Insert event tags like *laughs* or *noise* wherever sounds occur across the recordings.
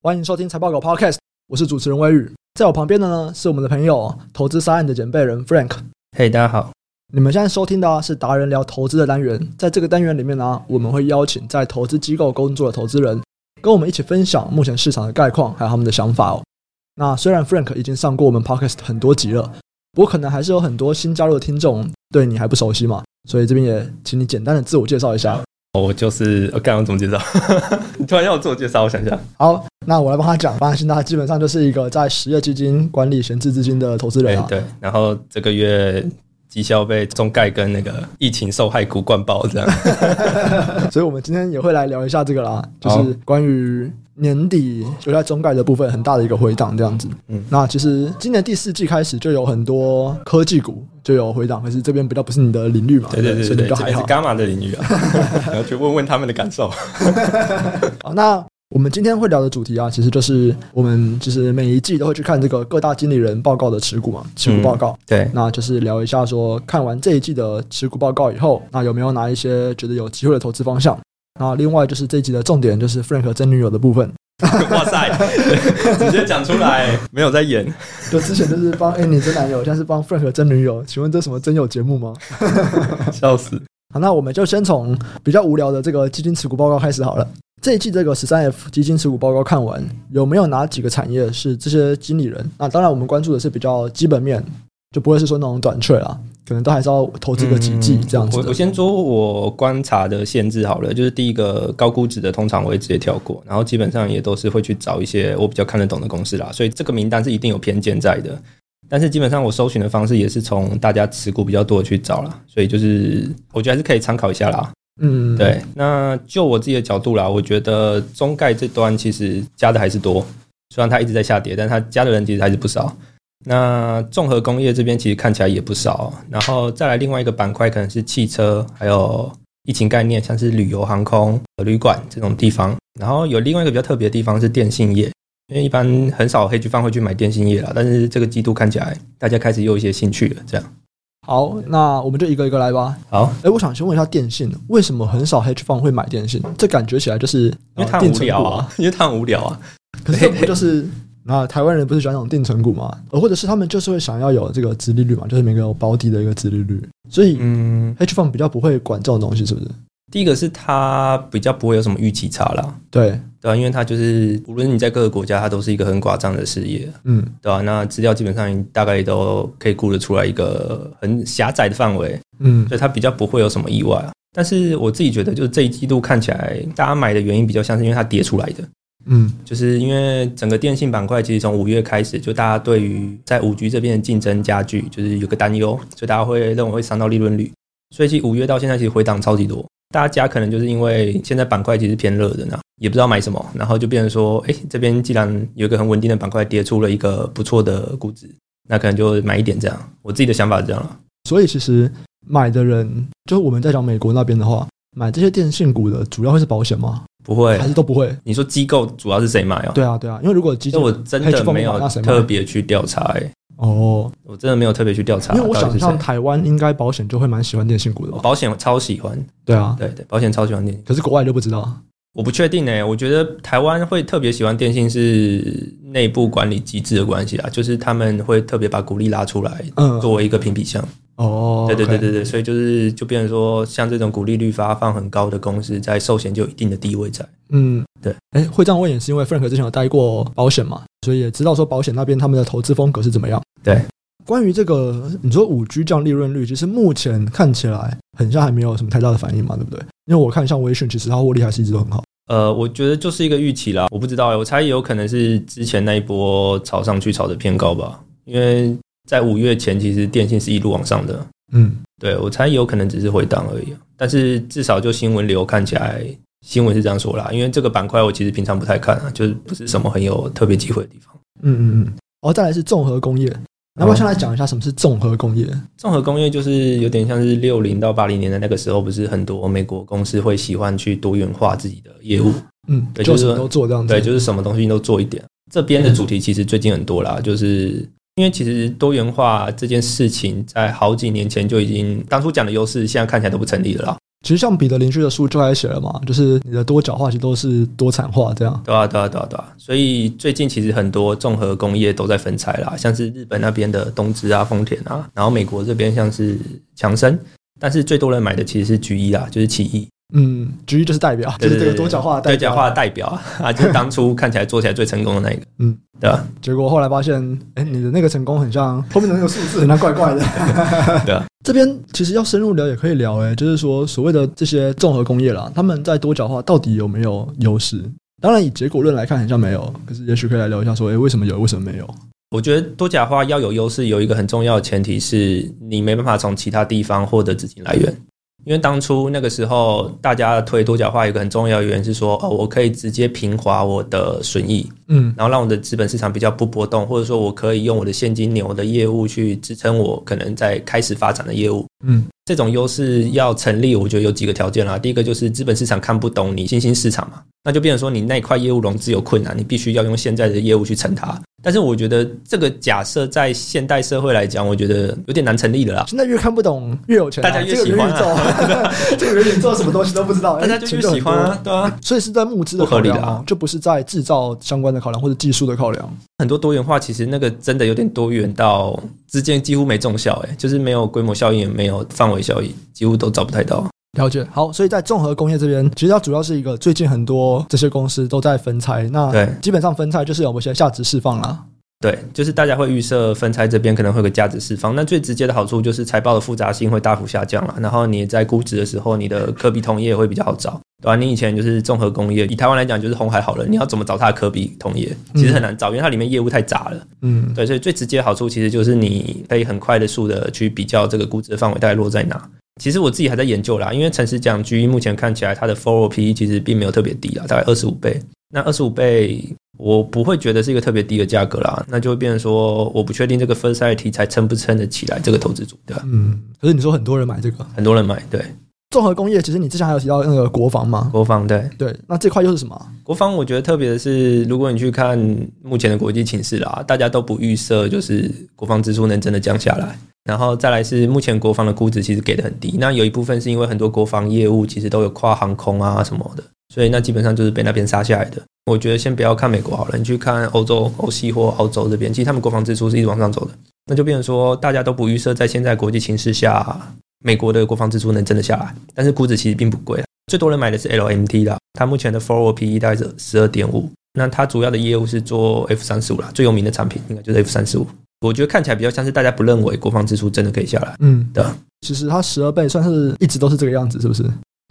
欢迎收听财报狗 Podcast，我是主持人威宇，在我旁边的呢是我们的朋友投资沙案的准备人 Frank。嘿、大家好。你们现在收听的啊是达人聊投资的单元，在这个单元里面呢、我们会邀请在投资机构工作的投资人，跟我们一起分享目前市场的概况，还有他们的想法哦。那虽然 Frank 已经上过我们 Podcast 很多集了，不过可能还是有很多新加入的听众对你还不熟悉嘛，所以这边也请你简单的自我介绍一下。哦我就是，我刚刚怎么介绍？ *laughs* 你突然要我自我介绍，我想一下。好，那我来帮他讲，方信他基本上就是一个在实业基金管理闲置资金的投资对人啊。哎对，然后这个月绩效被中概跟那个疫情受害股灌爆， *laughs* 这样。所以我们今天也会来聊一下这个啦，就好是关于年底有在中概的部分很大的一个回档这样子。嗯那其实今年第四季开始就有很多科技股就有回档，可是这边比较不是你的领域嘛，对对对所对以你对，就这还边是好。伽马的领域 *laughs* 啊，然后去问问他们的感受。好那我们今天会聊的主题啊，其实就是我们其实每一季都会去看这个各大经理人报告的持股嘛，嗯持股报告。对，那就是聊一下说，看完这一季的持股报告以后，那有没有哪一些觉得有机会的投资方向？那另外就是这一集的重点就是 Frank 真女友的部分， *laughs* 哇塞，直接讲出来，没有在演。 *laughs* 就之前就是帮 Annie 真男友，现在是帮 Frank 真女友，请问这是什么真友节目吗？笑死！好，那我们就先从比较无聊的这个基金持股报告开始好了。这一季这个十三 F 基金持股报告看完，有没有哪几个产业是这些经理人？那当然，我们关注的是比较基本面，就不会是说那种短脆啦，可能都还是要投资个几季这样子嗯我的我。先说我观察的限制好了，就是第一个高估值的，通常我会直接跳过，然后基本上也都是会去找一些我比较看得懂的公司啦，所以这个名单是一定有偏见在的。但是基本上我搜寻的方式也是从大家持股比较多的去找啦，所以就是我觉得还是可以参考一下啦。嗯，对，那就我自己的角度啦，我觉得中概这端其实加的还是多，虽然它一直在下跌，但它加的人其实还是不少。那综合工业这边其实看起来也不少，然后再来另外一个板块可能是汽车，还有疫情概念，像是旅游、航空、旅馆这种地方。然后有另外一个比较特别的地方是电信业，因为一般很少黑巨方会去买电信业啦，但是这个季度看起来大家开始有一些兴趣了。这样好，那我们就一个一个来吧。好，哎，我想先问一下电信，为什么很少 hedge fund 会买电信？这感觉起来就是因为呃它很定无存聊股啊，因为它很无聊啊。可是这不就是那台湾人不是喜欢那种定存股嘛？呃，或者是他们就是会想要有这个殖利率嘛，就是每个有保底的一个殖利率，所以嗯， hedge fund 比较不会管这种东西，是不是？第一个是它比较不会有什么预期差啦，对，对吧、啊因为它就是无论你在各个国家，它都是一个很寡占的事业，嗯，对吧、啊那资料基本上大概都可以估得出来一个很狭窄的范围，嗯所以它比较不会有什么意外啊。但是我自己觉得，就是这一季度看起来，大家买的原因比较像是因为它跌出来的，嗯就是因为整个电信板块其实从五月开始，就大家对于在五 G 这边的竞争加剧，就是有个担忧，所以大家会认为会伤到利润率。所以其实五月到现在其实回档超级多，大家可能就是因为现在板块其实偏热的呢，也不知道买什么，然后就变成说，哎，这边既然有一个很稳定的板块跌出了一个不错的估值，那可能就买一点这样。我自己的想法是这样了。所以其实买的人，就是我们在讲美国那边的话，买这些电信股的主要会是保险吗？不会还，是都不会？你说机构主要是谁买啊？，对啊，对啊，因为如果基就金我真的没有特别去调查、诶哦，我真的没有特别去调查。因为我到底想是谁象台湾应该保险就会蛮喜欢电信股的吧？保险我超喜欢，对啊，对对，保险超喜欢电信。可是国外就不知道。我不确定诶、我觉得台湾会特别喜欢电信是内部管理机制的关系啊，就是他们会特别把股利拉出来嗯，作为一个评比项。哦，对对对 OK，对对，所以就是就变成说，像这种股利率发放很高的公司，在寿险就有一定的地位在。嗯，对。哎，会这样问也是因为 Frank 之前有待过保险嘛，所以也知道说保险那边他们的投资风格是怎么样。对。关于这个，你说五 G 降利润率，其实目前看起来很像还没有什么太大的反应嘛，对不对？因为我看像微讯，其实它获利还是一直都很好。呃，我觉得就是一个预期啦，我不知道、欸，我猜也有可能是之前那一波炒上去炒的偏高吧，因为在五月前其实电信是一路往上的，嗯，对我猜有可能只是回档而已啊，但是至少就新闻流看起来，新闻是这样说啦。因为这个板块我其实平常不太看啊，就是不是什么很有特别机会的地方。嗯嗯嗯。哦，再来是综合工业，那我先来讲一下什么是综合工业。综合工业就是有点像是六零到八零年代那个时候，不是很多美国公司会喜欢去多元化自己的业务，嗯，对就就是什么都做这样子。对，就是什么东西都做一点。这边的主题其实最近很多啦，就是因为其实多元化这件事情在好几年前就已经当初讲的优势，现在看起来都不成立了啦。其实像彼得林区的书就开始写了嘛，就是你的多角化其实都是多产化这样。对啊，对啊，对啊，对啊。所以最近其实很多综合工业都在分拆啦，像是日本那边的东芝啊、丰田啊，然后美国这边像是强生，但是最多人买的其实是 G 一啦，就是奇异，嗯，举例就是代表，就是这个多角化的代对表。讲话的代表啊， *laughs* 啊，就是当初看起来做起来最成功的那一个， *laughs* 嗯，对啊，结果后来发现，哎、你的那个成功很 *laughs* 像后面的那个数字，很像怪怪的。对啊，这边其实要深入聊也可以聊、诶，哎，就是说所谓的这些综合工业啦，他们在多角化到底有没有优势？当然，以结果论来看，很像没有。可是，也许可以来聊一下说，哎、为什么有，为什么没有？我觉得多甲化要有优势，有一个很重要的前提是你没办法从其他地方获得资金来源。因为当初那个时候，大家推多角化有一个很重要的原因是说，哦，我可以直接平滑我的损益，嗯然后让我的资本市场比较不波动，或者说我可以用我的现金流的业务去支撑我可能在开始发展的业务。嗯这种优势要成立，我觉得有几个条件啦。第一个就是资本市场看不懂你新兴市场嘛，那就变成说你那一块业务融资有困难，你必须要用现在的业务去撑它。但是我觉得这个假设在现代社会来讲，我觉得有点难成立的啦。现在越看不懂越有钱啊、大家越这个喜欢啊元宇宙， *laughs* 这个元宇宙什么东西都不知道，大家诶就钱越喜欢哎很多啊，对啊，所以是在募资的不合考理量的啊吗？就不是在制造相关的考量或者技术的考量。很多多元化，其实那个真的有点多元到之间几乎没中效、欸，就是没有规模效应，也没有范围效应，几乎都找不太到。了解，好，所以在综合工业这边，其实它主要是一个最近很多这些公司都在分拆，那对基本上分拆就是有一些价值释放啦。对，就是大家会预设分拆这边可能会有个价值释放，那最直接的好处就是财报的复杂性会大幅下降了，然后你在估值的时候，你的科比同业会比较好找，对吧、你以前就是综合工业，以台湾来讲就是红海好了，你要怎么找它的科比同业，其实很难找，因为它里面业务太杂了。嗯，对，所以最直接的好处其实就是你可以很快的速的去比较这个估值的范围大概落在哪。其实我自己还在研究啦，因为诚实讲，G 目前看起来它的 forward PE 其实并没有特别低啦，大概二十五倍。那二十五倍，我不会觉得是一个特别低的价格啦，那就会变成说，我不确定这个 first side 题材撑不撑得起来这个投资组，对吧？嗯，可是你说很多人买这个很多人买，对综合工业，其实你之前还有提到那个国防嘛？国防，对对，那这块又是什么？啊国防，我觉得特别的是，如果你去看目前的国际情势啦，大家都不预设就是国防支出能真的降下来。然后再来是目前国防的估值其实给的很低，那有一部分是因为很多国防业务其实都有跨航空啊什么的，所以那基本上就是被那边杀下来的。我觉得先不要看美国好了，你去看欧洲、欧西或澳洲这边，其实他们国防支出是一直往上走的，那就变成说大家都不预设在现在国际情势下，美国的国防支出能真的下来，但是估值其实并不贵，啊最多人买的是 LMT 啦，它目前的 forward PE E 大概是十二点五。那它主要的业务是做 F 三十五啦，最有名的产品应该就是 F 三十五。我觉得看起来比较像是大家不认为国防支出真的可以下来。嗯，对，其实它十二倍算是一直都是这个样子，是不是？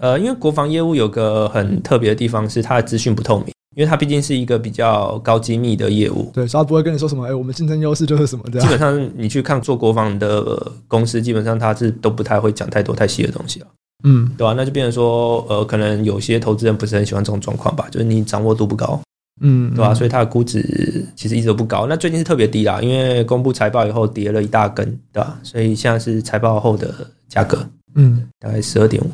呃，因为国防业务有个很特别的地方是它的资讯不透明，因为它毕竟是一个比较高机密的业务。对，所以它不会跟你说什么，哎、我们竞争优势就是什么这基样。本上你去看做国防的呃公司，基本上它是都不太会讲太多太细的东西啊，嗯，对吧、那就变成说，呃，可能有些投资人不是很喜欢这种状况吧，就是你掌握度不高。嗯，对吧、啊所以以它的估值其实一直都不高，那最近是特别低啦，因为公布财报以后跌了一大根，对吧、所以现在是财报后的价格嗯，大概十二点五，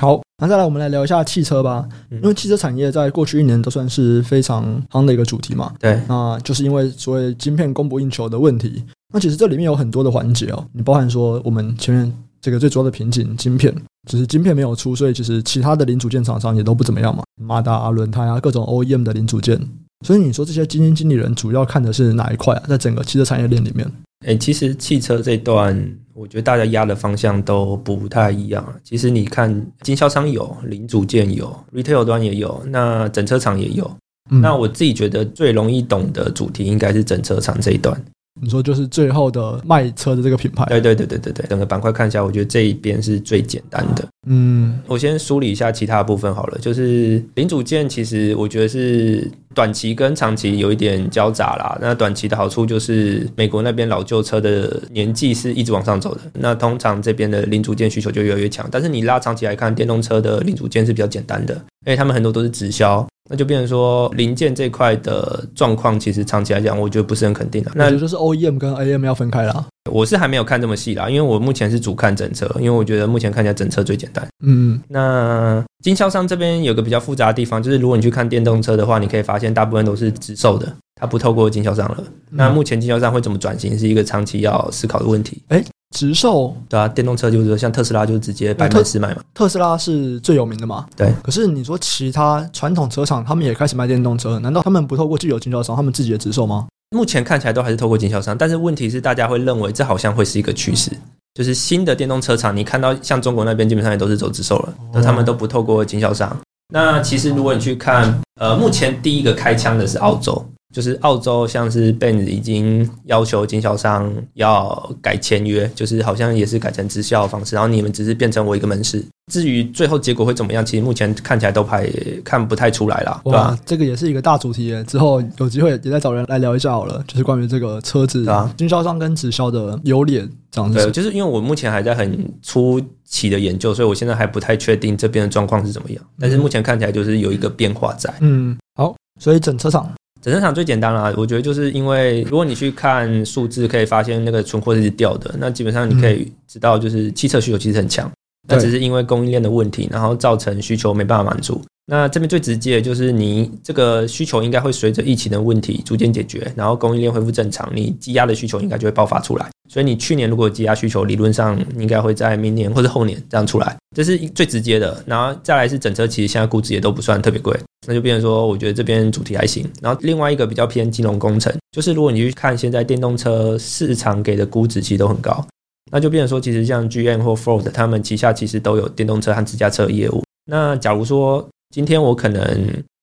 好，那再来我们来聊一下汽车吧，嗯因为汽车产业在过去一年都算是非常夯的一个主题嘛。对，那就是因为所谓晶片供不应求的问题。那其实这里面有很多的环节哦，你包含说我们前面这个最主要的瓶颈晶片，只是晶片没有出，所以其实其他的零组件厂商也都不怎么样嘛，马达啊、轮胎啊、各种 OEM 的零组件。所以你说这些基金经理人主要看的是哪一块啊？在整个汽车产业链里面，哎、其实汽车这一段，我觉得大家压的方向都不太一样啊。其实你看，经销商有，零组件有，retail 端也有，那整车厂也有。嗯那我自己觉得最容易懂的主题应该是整车厂这一段。你说就是最后的卖车的这个品牌，对对对对对对，整个板块看下来，我觉得这一边是最简单的。嗯我先梳理一下其他部分好了，就是零组件，其实我觉得是短期跟长期有一点交杂啦。那短期的好处就是美国那边老旧车的年纪是一直往上走的，那通常这边的零组件需求就越来越强。但是你拉长期来看，电动车的零组件是比较简单的，因为他们很多都是直销。那就变成说，零件这块的状况，其实长期来讲，我觉得不是很肯定的。那那也就是 OEM 跟 AM 要分开啦。我是还没有看这么细啦，因为我目前是主看整车，因为我觉得目前看起来整车最简单。嗯，那经销商这边有个比较复杂的地方，就是如果你去看电动车的话，你可以发现大部分都是直售嗯的，它不透过经销商了。那目前经销商会怎么转型，是一个长期要思考的问题。哎，直售对啊，电动车就是说像特斯拉就是直接百特分之买嘛，特斯拉是最有名的嘛？对。可是你说其他传统车厂，他们也开始卖电动车，难道他们不透过具有经销商他们自己的直售吗？目前看起来都还是透过经销商，但是问题是大家会认为这好像会是一个趋势，就是新的电动车厂，你看到像中国那边基本上也都是走直售了，那、他们都不透过经销商。那其实如果你去看，呃，目前第一个开枪的是澳洲，就是澳洲像是 Benz 已经要求经销商要改签约，就是好像也是改成直销的方式，然后你们只是变成我一个门市。至于最后结果会怎么样，其实目前看起来都还看不太出来啦，对啊吧、哇，这个也是一个大主题耶。之后有机会也再找人来聊一下好了，就是关于这个车子对啊经销商跟直销的优劣这样对，子。就是因为我目前还在很初期的研究，所以我现在还不太确定这边的状况是怎么样。但是目前看起来就是有一个变化在。嗯，好，所以整车厂整车厂最简单啦，我觉得就是因为如果你去看数字，可以发现那个存货是一直掉的。那基本上你可以知道，就是汽车需求其实很强，那对只是因为供应链的问题，然后造成需求没办法满足。那这边最直接的就是你这个需求应该会随着疫情的问题逐渐解决，然后供应链恢复正常，你积压的需求应该就会爆发出来。所以你去年如果有积压需求，理论上应该会在明年或者后年这样出来，这是最直接的。然后再来是整车，其实现在估值也都不算特别贵，那就变成说，我觉得这边主题还行。然后另外一个比较偏金融工程，就是如果你去看现在电动车市场给的估值其实都很高，那就变成说，其实像 GM 或 Ford 他们旗下其实都有电动车和自驾车业务。那假如说今天我可能，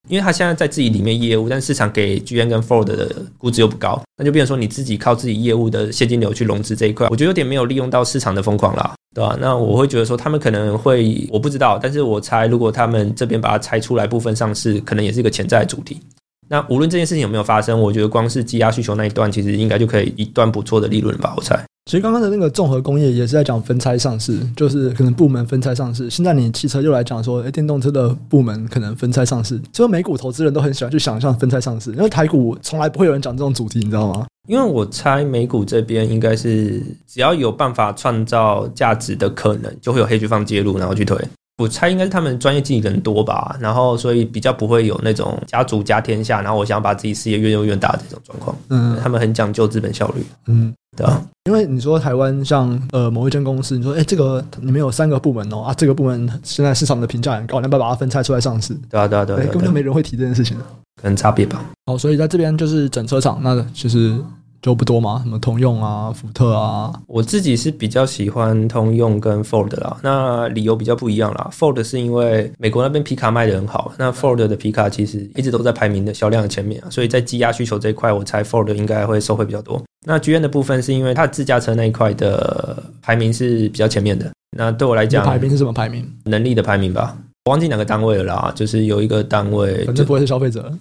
因为他现在在自己里面业务，但市场给 GM 跟 Ford 的估值又不高，那就变成说你自己靠自己业务的现金流去融资这一块，我觉得有点没有利用到市场的疯狂啦。对吧、那我会觉得说，他们可能会，我不知道，但是我猜，如果他们这边把它拆出来部分上市，可能也是一个潜在的主题。那无论这件事情有没有发生，我觉得光是积压需求那一段，其实应该就可以一段不错的利润吧，我猜。其实刚刚的那个综合工业也是在讲分拆上市，就是可能部门分拆上市。现在你汽车又来讲说，哎，电动车的部门可能分拆上市，所以美股投资人都很喜欢去想象分拆上市，因为台股从来不会有人讲这种主题，你知道吗？因为我猜美股这边应该是只要有办法创造价值的可能，就会有黑巨方介入，然后去推。我猜应该是他们专业经理人多吧，然后所以比较不会有那种家族家天下，然后我想把自己事业越做越大的这种状况。嗯他们很讲究资本效率，嗯，对吧、因为你说台湾像呃某一间公司，你说哎、诶这个你们有三个部门哦啊，这个部门现在市场的评价很高，你要不要把它分拆出来上市？对啊，对啊，对啊，哎、对啊根本对就啊没人会提这件事情。可能差别吧。好，所以在这边就是整车厂，那其实就不多嘛，什么通用啊、福特啊，我自己是比较喜欢通用跟 Ford 啦，那理由比较不一样啦。Ford 是因为美国那边皮卡卖的很好，那 Ford 的皮卡其实一直都在排名的销量的前面啊，所以在积压需求这一块，我猜 Ford 应该会受惠比较多。那 GM 的部分是因为它的自驾车那一块的排名是比较前面的，那对我来你的讲，排名是什么排名？能力的排名吧。我忘记哪个单位了啦，就是有一个单位，反正不会是消费者，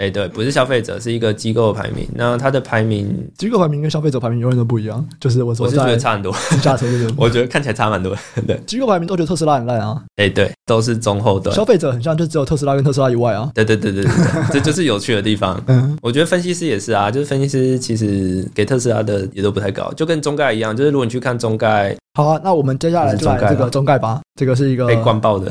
哎、对，不是消费者，是一个机构的排名。那它的排名，机构排名跟消费者排名永远都不一样。就是我我说是觉在得差很多， *laughs* 自 *laughs* 驾车这边，我觉得看起来差蛮多的。机构排名都觉得特斯拉很烂啊，哎、对，都是中后段。消费者很像就只有特斯拉跟特斯拉以外啊。对对对对对对，这就是有趣的地方。嗯，我觉得分析师也是啊，就是分析师其实给特斯拉的也都不太高，就跟中概一样，就是如果你去看中概好啊，那我们接下来就来这个中概吧。这个是一个，被灌爆 *laughs* 的，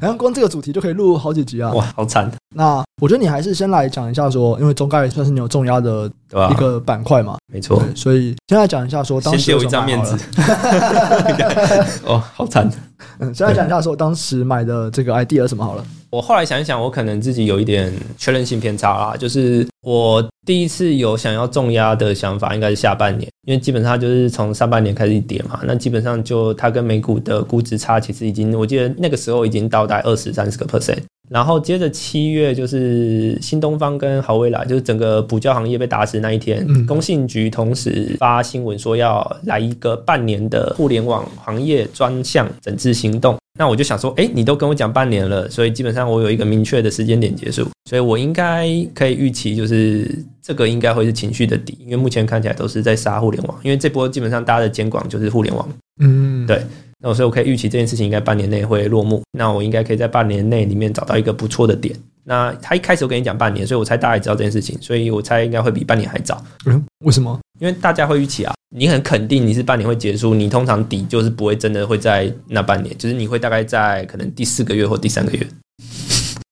然后光这个主题就可以录好几集啊。哇，好惨，那我觉得你还是先来讲一下说，因为中概算是你有重压的对吧、一个板块嘛，没错，对，所以先来讲一下说当先时给有我一张面子， *laughs* 哦，好惨。 *laughs* 嗯，先来讲一下说当时买的这个 idea 什么好了。我后来想一想，我可能自己有一点确认性偏差啦，就是我第一次有想要重压的想法，应该是下半年，因为基本上它就是从上半年开始跌嘛，那基本上就它跟美股的估值差其实已经，我记得那个时候已经到达二十三十个 percent。然后接着七月就是新东方跟豪威来，就是整个补教行业被打死那一天，嗯工信局同时发新闻说要来一个半年的互联网行业专项整治行动。那我就想说，哎，你都跟我讲半年了，所以基本上我有一个明确的时间点结束，所以我应该可以预期，就是这个应该会是情绪的底，因为目前看起来都是在杀互联网，因为这波基本上大家的监管就是互联网。嗯对那所以我可以预期这件事情应该半年内会落幕。那我应该可以在半年内里面找到一个不错的点。那他一开始我跟你讲半年，所以我猜大家也知道这件事情，所以我猜应该会比半年还早，嗯，为什么？因为大家会预期啊，你很肯定你是半年会结束，你通常底就是不会真的会在那半年，就是你会大概在可能第四个月或第三个月。 *laughs*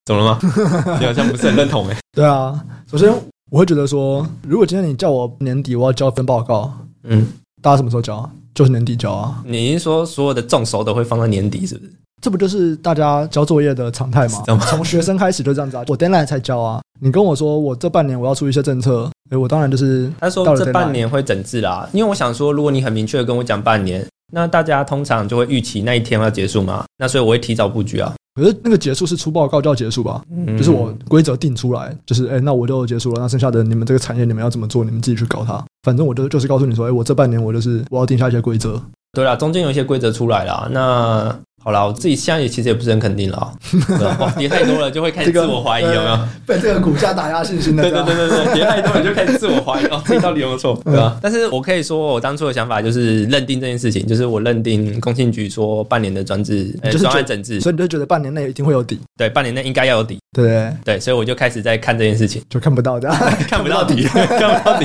懂了吗？ *laughs* 你好像不是很认同哎、对啊，首先我会觉得说，如果今天你叫我年底我要交份报告，嗯，大家什么时候交啊？就是年底交啊，你是说所有的重手都会放到年底，是不是？这不就是大家交作业的常态吗？这样吗从学生开始就这样子啊，我 deadline 才交啊。你跟我说我这半年我要出一些政策，诶我当然就是他说到了这 deadline 半年会整治啦，因为我想说，如果你很明确的跟我讲半年，那大家通常就会预期那一天要结束嘛，那所以我会提早布局啊。可是那个结束是出报告就要结束吧？嗯就是我规则定出来，就是哎、诶那我就结束了，那剩下的你们这个产业你们要怎么做，你们自己去搞它。反正我就就是告诉你说，哎、我这半年我就是我要定下一些规则。对啦，中间有一些规则出来啦。那好啦，我自己现在也其实也不是很肯定啦，对 *laughs* 吧哇跌太多了就会开始这自个我怀疑，有没有？呃 *laughs* 被这个股价打压信心的对对对对对，跌太多你就开始自我怀疑，哦，自己到底有没 *laughs* 有错，对吧？但是我可以说，我当初的想法就是认定这件事情，就是我认定工信局说半年的专制，呃，就是专案觉整治，所以你就觉得半年内一定会有底，对，半年内应该要有底，对不对？对，所以我就开始在看这件事情，就看不到这样， *laughs* 看不到底，看不到底，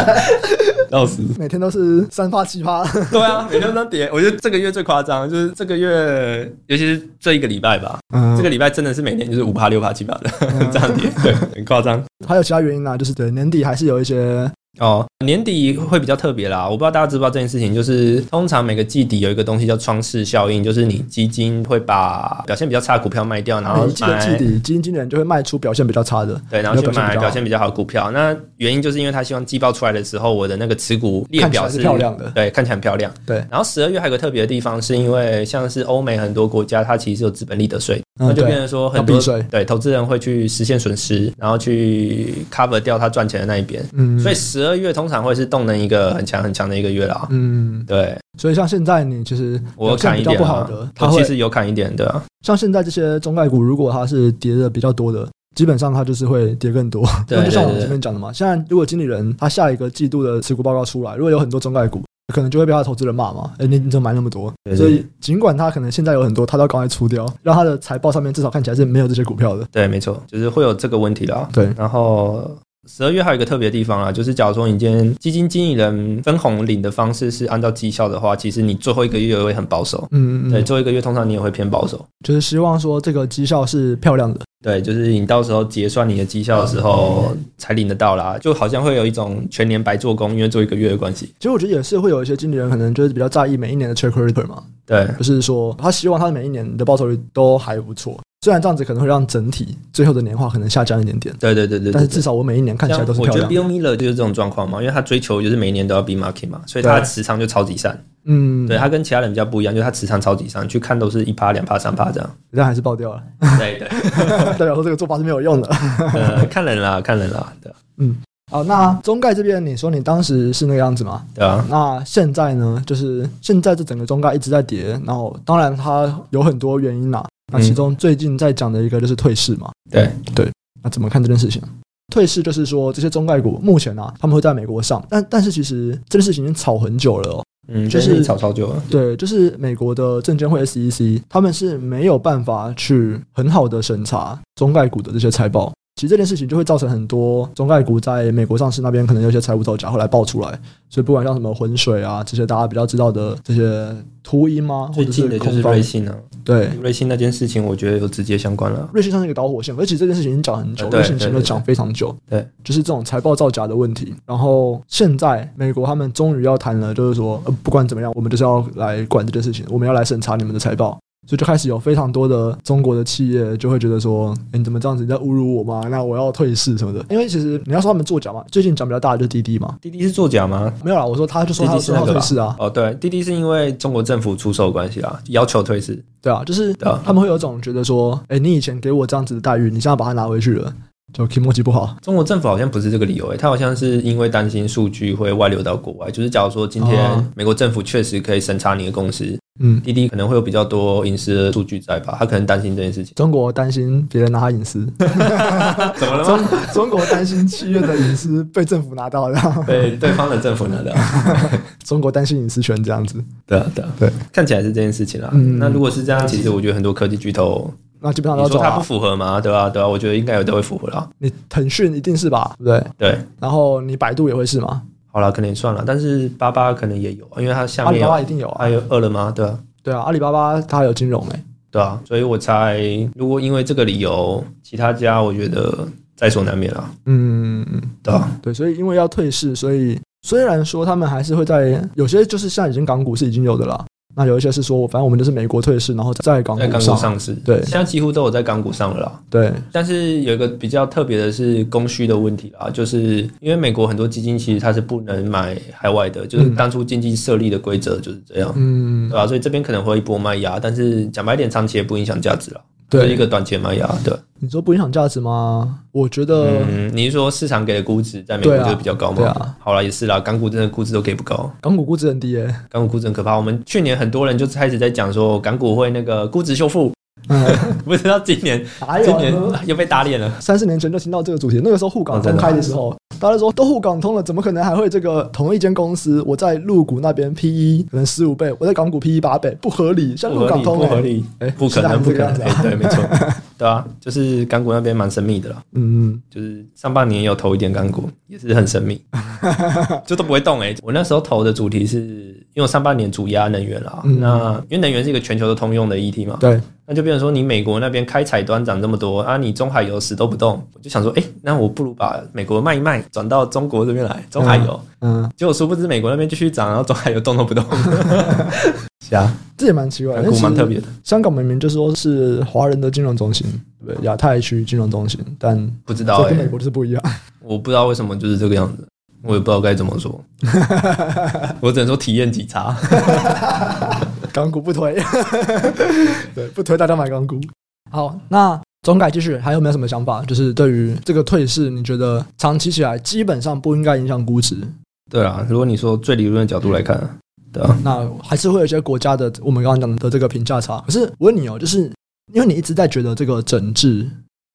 *laughs* 笑死。每天都是三发七发。对啊，每天都跌，我觉得这个月最夸张，就是这个月，尤其是这一个礼拜吧，嗯这个礼拜真的是每天就是五趴六趴七趴 *laughs* 的这样跌，对，很夸张。还有其他原因呢、就是对年底还是有一些哦，年底会比较特别啦，我不知道大家知不知道这件事情，就是通常每个季底有一个东西叫窗式效应，就是你基金会把表现比较差的股票卖掉，然后每一季的哎季买。底，基金经理人就会卖出表现比较差的，对，然后去表现比买较好表现比较好的股票。那原因就是因为他希望季报出来的时候，我的那个持股列看起表来是是漂亮的。对，看起来很漂亮。对，然后十二月还有个特别的地方，是因为像是欧美很多国家，它其实有资本利得税，那嗯，就变对，成说要很多避税，对投资人会去实现损失，然后去 cover 掉他赚钱的那一边。嗯，所以十二月通常会是动能一个很强很强的一个月啦。嗯，对所以像现在你其实我有表现砍一比较点不好啊的，，它我会其实有砍一点的啊。像现在这些中概股，如果它是跌的比较多的，基本上它就是会跌更多。 *laughs* 对那就像我们对对前面讲的嘛，现在如果经理人他下一个季度的持股报告出来，如果有很多中概股，可能就会被他的投资人骂嘛，哎、你你怎么买那么多？对对所以尽管他可能现在有很多，他都要赶快出掉，让他的财报上面至少看起来是没有这些股票的。对，没错，就是会有这个问题啊啦。对，然后十二月还有一个特别的地方啊，就是假如说你今天基金经理人分红领的方式是按照绩效的话，其实你最后一个月会很保守。嗯嗯对，嗯，最后一个月通常你也会偏保守。就是希望说这个绩效是漂亮的。对，就是你到时候结算你的绩效的时候才领得到啦，就好像会有一种全年白做工，因为做一个月的关系。其实我觉得也是会有一些经理人可能就是比较在意每一年的 track record 嘛，对，就是说他希望他每一年的报酬率都还不错。虽然这样子可能会让整体最后的年化可能下降一点点，对对对对对但是对。至少我每一年看起来都是我漂觉得亮 b i 的。 l l Miller 就是这种状况嘛，因为他追求就是每一年都要 be market 嘛，所以他对时长就超级散。嗯，对，他跟其他人比较不一样，就是他时长超级散，去看都是一趴、两趴、三趴 *laughs* 这样。 *laughs* 但还是爆掉了，对对，代表说这个做法是没有用的。 *laughs* 呃，看人啦，看人啦，对啊好，那中概这边你说你当时是那个样子嘛？对啊，那现在呢？就是现在这整个中概一直在跌，然后当然它有很多原因啦、嗯那其中最近在讲的一个就是退市嘛。对对，那怎么看这件事情？啊退市就是说这些中概股目前啊，他们会在美国上，但但是其实这件事情已经炒很久了哦。嗯，就就是是炒超久了。对，就是美国的证监会 SEC，他们是没有办法去很好的审查中概股的这些财报。其实这件事情就会造成很多中概股在美国上市那边可能有一些财务造假，后来爆出来。所以不管像什么浑水啊这些大家比较知道的这些秃鹰吗，或最者近的就是空方瑞，信啊，对，瑞信那件事情，我觉得有直接相关了。瑞信算是一个导火线，而且这件事情已经讲很久，呃对瑞信前对面对讲非常久，对，就是这种财报造假的问题。然后现在美国他们终于要谈了，就是说、呃不管怎么样，我们就是要来管这件事情，我们要来审查你们的财报。所以就开始有非常多的中国的企业就会觉得说，哎，你怎么这样子？你在侮辱我吗？那我要退市什么的。因为其实你要说他们作假嘛，最近讲比较大的就是滴滴嘛，滴滴是作假吗？没有啦，我说他就说滴他滴是说那要个退吧市啊，哦，对，滴滴是因为中国政府出售的关系啦，要求退市。对啊，就是对啊他们会有一种觉得说，哎，你以前给我这样子的待遇，你现在把它拿回去了，就 k i m o j i 不好。中国政府好像不是这个理由、诶，他好像是因为担心数据会外流到国外。就是假如说今哦天美国政府确实可以审查你的公司，嗯，。滴滴可能会有比较多隐私的数据在吧？他可能担心这件事情中国担心别人拿他隐 *laughs* 私，啊怎么了中 *laughs* 中国担心企业的隐私被政府拿到，然 *laughs* 后被对方的政府拿到。中国担心隐私权这样子，对啊，对啊，对，看起来是这件事情啦。啊嗯那如果是这样，其实我觉得很多科技巨头，那基本上都要你说走它不了。啊符合吗？对吧、对吧、啊我觉得应该有都会符合啦。你腾讯一定是吧，对不对？对，然后你百度也会是嘛，好啦，可能也算了。但是八八可能也有，啊因为它下阿面里哎有巴巴一定有啊，还有饿了吗？对啊，对啊，阿里巴巴它有金融诶、欸对啊，所以我猜，如果因为这个理由，其他家我觉得在所难免啦，嗯，对啊？对，所以因为要退市，所以虽然说他们还是会在有些就是现在已经港股是已经有的啦，那有一些是说反正我们就是美国退市，然后在港在股港股上市，对现在几乎都有在港股上了啦。对但是有一个比较特别的是供需的问题啦，就是因为美国很多基金其实它是不能买海外的，就是当初经济设立的规则就是这样，嗯对吧、所以这边可能会一波卖压，但是讲白点，长期也不影响价值了，就是一对，个短期的卖压，对。你说不影响价值吗？我觉得、嗯，你是说市场给的估值在美国对啊就是比较高吗？对啊好了，也是啦，港股真的估值都给不高，港股估值很低耶、港股估值很可怕。我们去年很多人就开始在讲说港股会那个估值修复，嗯， *laughs* 不知道今年哪今有年哦呢？又被打脸了。三四年前就听到这个主题，那个时候沪港通开的时候，大家说都沪港通了，怎么可能还会这个同一间公司？我在陆股那边 PE 可能十五倍，我在港股 PE 八倍，不合理，像不沪合港理，通、不合欸，理，哎、不可能，不是这可样能子，啊哎对，没错， *laughs* 对啊，就是港股那边蛮神秘的啦，嗯，就是上半年有投一点港股，也是很神 *laughs* 秘，就都不会动哎、我那时候投的主题是因为我上半年主压能源啦，嗯那因为能源是一个全球都通用的议题嘛，对，那就变成说，你美国那边开采端涨这么多啊，你中海油死都不动，我就想说，哎、那我不如把美国卖一卖，转到中国这边来，中海油。嗯，结果殊不知美国那边继续涨，然后中海油动都 *laughs* 不动。是啊，这也蛮奇怪的，港股蛮特别的。的，香港明明就说是华人的金融中心，对不对？亚太区金融中心，但不知道这哎、跟美国就是不一样。我不知道为什么就是这个样子，我也不知道该怎么说，我只能说体验几差。港股不推， *laughs* 对，不推大家买港股。好，那总改继续，还有没有什么想法？就是对于这个退市，你觉得长期起来基本上不应该影响估值？对啊，如果你说最理论的角度来看啊，对啊，那还是会有一些国家的我们刚刚讲的这个评价差。可是我问你哦，就是因为你一直在觉得这个整治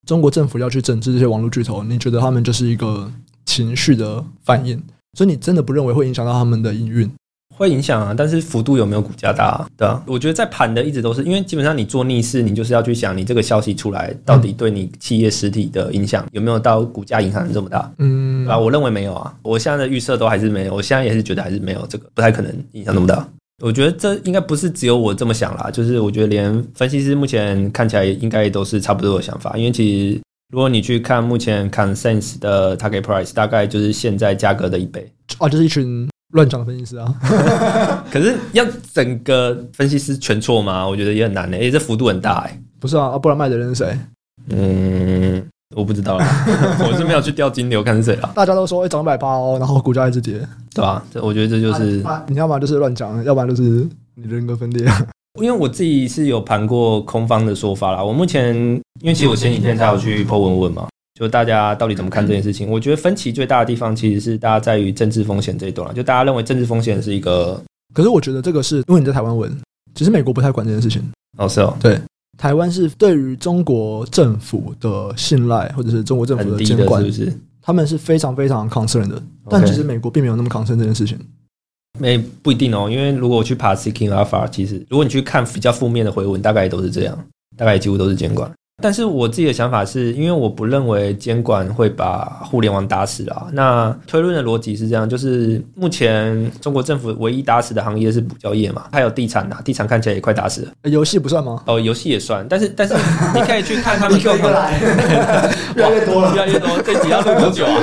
中国政府要去整治这些网络巨头，你觉得他们就是一个情绪的反应，所以你真的不认为会影响到他们的营运？会影响啊，但是幅度有没有股价大、啊？对啊，我觉得在盘的一直都是，因为基本上你做逆势，你就是要去想你这个消息出来到底对你企业实体的影响有没有到股价影响这么大，嗯对吧、我认为没有啊，我现在的预测都还是没有，我现在也是觉得还是没有这个不太可能影响那么大。我觉得这应该不是只有我这么想啦，就是我觉得连分析师目前看起来应该都是差不多的想法，因为其实如果你去看目前 consensus 的 target price，大概就是现在价格的一倍。啊，就是一群乱讲的分析师啊。可是要整个分析师全错吗？我觉得也很难诶、欸，这幅度很大诶、不是啊，啊不然卖的人是谁？嗯，我不知道啦，我是没有去钓金流看是谁啦，大家都说哎涨一百八哦，然后股价一直跌，对吧、这我觉得这就是啊你要么就是乱讲，要不然就是你人格分裂。 *laughs* 因为我自己是有盘过空方的说法啦。我目前因为其实我前几天才有嗯去 Po 文问嘛，就大家到底怎么看这件事情？我觉得分歧最大的地方其实是大家在于政治风险这一段啦，就大家认为政治风险是一个可是我觉得这个是因为你在台湾问，其实美国不太管这件事情。哦是哦台湾是对于中国政府的信赖，或者是中国政府很的低监的，管是不，是？他们是非常非常 concern 的。但 OK 其实美国并没有那么 concern 这件事情。没、不一定哦，因为如果我去爬 Seeking Alpha，其实如果你去看比较负面的回文，大概都是这样，大概几乎都是监管。但是我自己的想法是，因为我不认为监管会把互联网打死啊。那推论的逻辑是这样，就是目前中国政府唯一打死的行业是补教业嘛，还有地产啊，地产看起来也快打死了。诶哎游戏不算吗？哦，游戏也算，但是但是你可以去看他们各行来，越来越多越。来越多，这集要录多久 *laughs* 啊？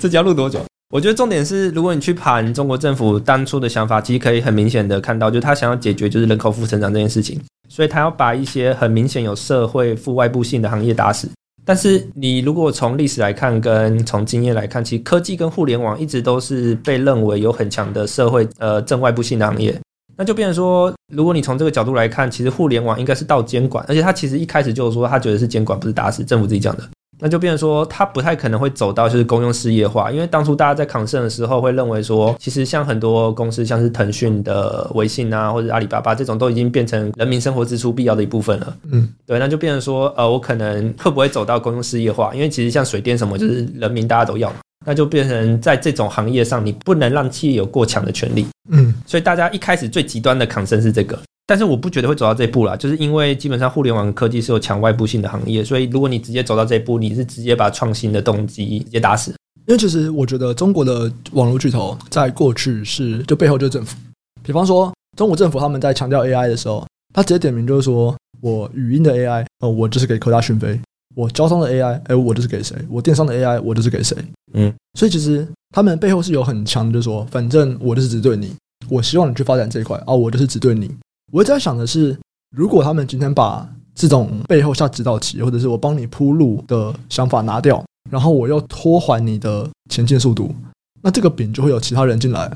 这集要录多久？我觉得重点是，如果你去盘中国政府当初的想法，其实可以很明显的看到，就是他想要解决就是人口负成长这件事情，所以他要把一些很明显有社会负外部性的行业打死。但是你如果从历史来看，跟从经验来看，其实科技跟互联网一直都是被认为有很强的社会呃正外部性的行业。那就变成说，如果你从这个角度来看，其实互联网应该是到监管，而且他其实一开始就说他觉得是监管，不是打死，政府自己讲的。那就变成说，它不太可能会走到就是公用事业化，因为当初大家在抗盛的时候会认为说，其实像很多公司，像是腾讯的微信啊，或者阿里巴巴这种，都已经变成人民生活支出必要的一部分了。嗯，对，那就变成说，呃，我可能会不会走到公用事业化？因为其实像水电什么，就是人民大家都要嘛，那就变成在这种行业上，你不能让企业有过强的权利。嗯，所以大家一开始最极端的抗争是这个。但是我不觉得会走到这一步啦，就是因为基本上互联网科技是有强外部性的行业，所以如果你直接走到这一步，你是直接把创新的动机直接打死。因为其实我觉得中国的网络巨头在过去是就背后就是政府，比方说中国政府他们在强调 AI 的时候，他直接点名就是说我语音的 AI，呃，我就是给科大讯飞，我交通的 AI，哎、我就是给谁；我电商的 AI，我就是给谁。嗯，所以其实他们背后是有很强的，就是说，反正我就是只对你，我希望你去发展这一块啊，我就是只对你。我一直在想的是，如果他们今天把这种背后下指导棋，或者是我帮你铺路的想法拿掉，然后我又拖缓你的前进速度，那这个饼就会有其他人进来。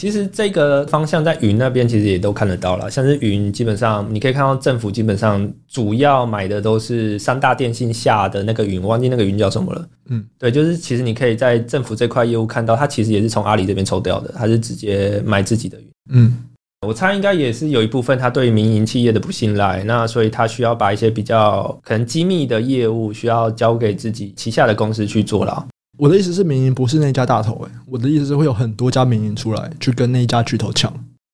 其实这个方向在云那边其实也都看得到了，像是云基本上你可以看到政府基本上主要买的都是三大电信下的那个云，我忘记那个云叫什么了。嗯，对，就是其实你可以在政府这块业务看到，它其实也是从阿里这边抽掉的，它是直接买自己的云。嗯我猜应该也是有一部分他对民营企业的不信赖，那所以他需要把一些比较可能机密的业务需要交给自己旗下的公司去做了。我的意思是，民营不是那家大头、哎，我的意思是会有很多家民营出来去跟那一家巨头抢。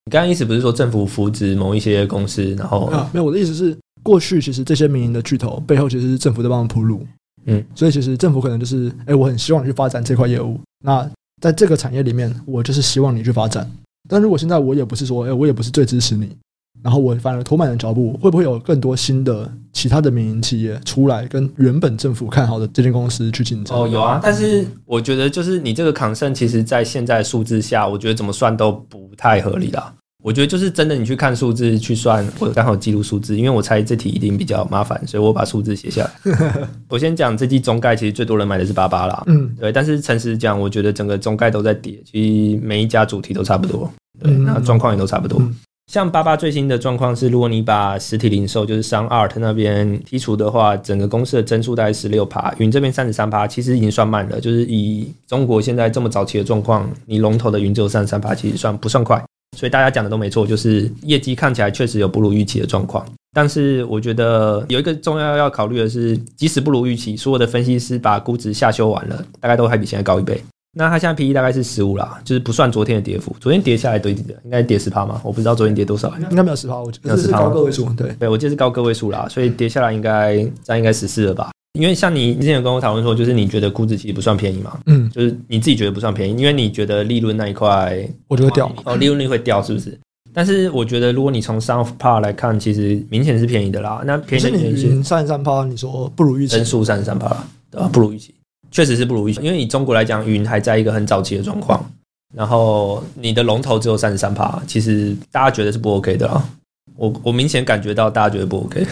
你刚刚意思不是说政府扶植某一些公司，然后啊，没有，我的意思是，过去其实这些民营的巨头背后其实是政府在帮忙铺路，嗯，所以其实政府可能就是，哎、我很希望你去发展这块业务，那在这个产业里面，我就是希望你去发展。但如果现在我也不是说，哎、我也不是最支持你，然后我反而拖慢了脚步，会不会有更多新的其他的民营企业出来跟原本政府看好的这间公司去竞争？哦，有啊，但是我觉得就是你这个 concern，其实在现在数字下，我觉得怎么算都不太合理啦。我觉得就是真的，你去看数字去算，我刚好记录数字，因为我猜这题一定比较麻烦，所以我把数字写下来。我先讲这季中概，其实最多人买的是八八啦，嗯，对，但是诚实讲，我觉得整个中概都在跌，其实每一家主题都差不多，对，嗯那状况也都差不多。嗯像八八最新的状况是，如果你把实体零售就是商 art 那边剔除的话，整个公司的增速大概十六趴，云这边三十三趴，其实已经算慢了。就是以中国现在这么早期的状况，你龙头的云只有三十三趴，其实算不算快？所以大家讲的都没错，就是业绩看起来确实有不如预期的状况。但是我觉得有一个重要要考虑的是，即使不如预期，所有的分析师把估值下修完了，大概都还比现在高一倍。那它现在 P E 大概是十五啦，就是不算昨天的跌幅，昨天跌下来多一点，应该跌十趴嘛，我不知道昨天跌多少。应该没有十趴，我觉没有得这是10%高个位数，对，对我记得是高个位数啦，所以跌下来应该这样应该十四了吧？因为像你之前有跟我讨论说，就是你觉得估值其实不算便宜嘛，嗯，就是你自己觉得不算便宜，因为你觉得利润那一块我觉得掉，哦，利润率会掉是不是？但是我觉得如果你从 Sound Par 来看，其实明显是便宜的啦。那可便宜是的你原因是云三十三趴，你说不如预期增，速三十三趴，对吧？不如预期，确实是不如预期，因为以中国来讲，云还在一个很早期的状况，然后你的龙头只有三十三趴，其实大家觉得是不 OK 的啦。我我明显感觉到大家觉得不 OK，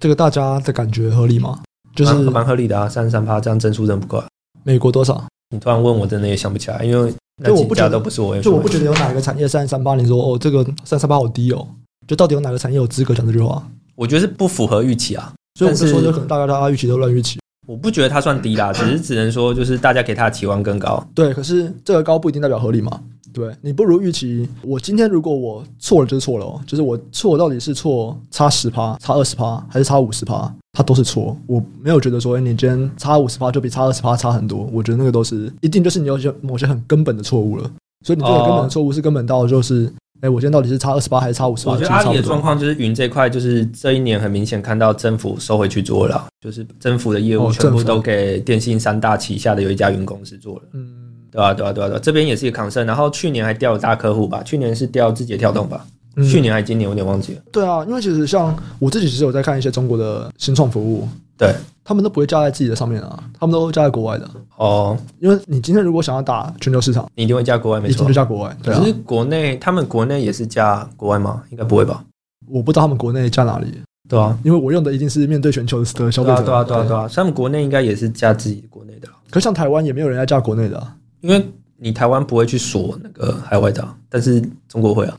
这个大家的感觉合理吗？就是蛮蛮合理的啊，三十三趴这样增速真的不够啊。美国多少？你突然问我，真的也想不起来，因为那对我几不觉家得都不是我，就我不觉得有哪一个产业三三八，你说哦，这个三三八好低哦，就到底有哪个产业有资格讲这句话？我觉得是不符合预期啊。所以我就说，但是有可能大家大家预期都乱预期。我不觉得它算低啦，只是只能说就是大家给它的期望更高。对，可是这个高不一定代表合理嘛，对不对？你不如预期。我今天如果我错了就是错了、哦，就是我错到底是错差十趴、差二十趴，还是差五十趴，它都是错。我没有觉得说，哎，你今天差五十趴就比差二十趴差很多。我觉得那个都是一定就是你有些某些很根本的错误了。所以你这个根本的错误是根本到就是，哎，我今天到底是差二十八还是差五十趴？我觉其得实阿差里不的多状况就是云这块，就是这一年很明显看到政府收回去做了，就是政府的业务哦全部政府都给电信三大旗下的有一家云公司做了。嗯，对啊，对啊，对啊，对啊，这边也是一个 concern。然后去年还掉了大客户吧，去年是掉字节跳动吧，嗯去年还今年我有点忘记了。对啊，因为其实像我自己，其实有在看一些中国的新创服务，对，他们都不会架在自己的上面啊，他们都架在国外的。哦，因为你今天如果想要打全球市场，你一定会加国外没一定错就。架国外。对啊可，是国内他们国内也是加国外吗？应该不会吧？我不知道他们国内架哪里，对啊，因为我用的一定是面对全球的消对费啊，者。对啊，对啊，对啊，他们国内应该也是加自己国内的啦。可是像台湾也没有人在架国内的、啊，因为你台湾不会去锁那个海外的啊、但是中国会 *laughs* 啊，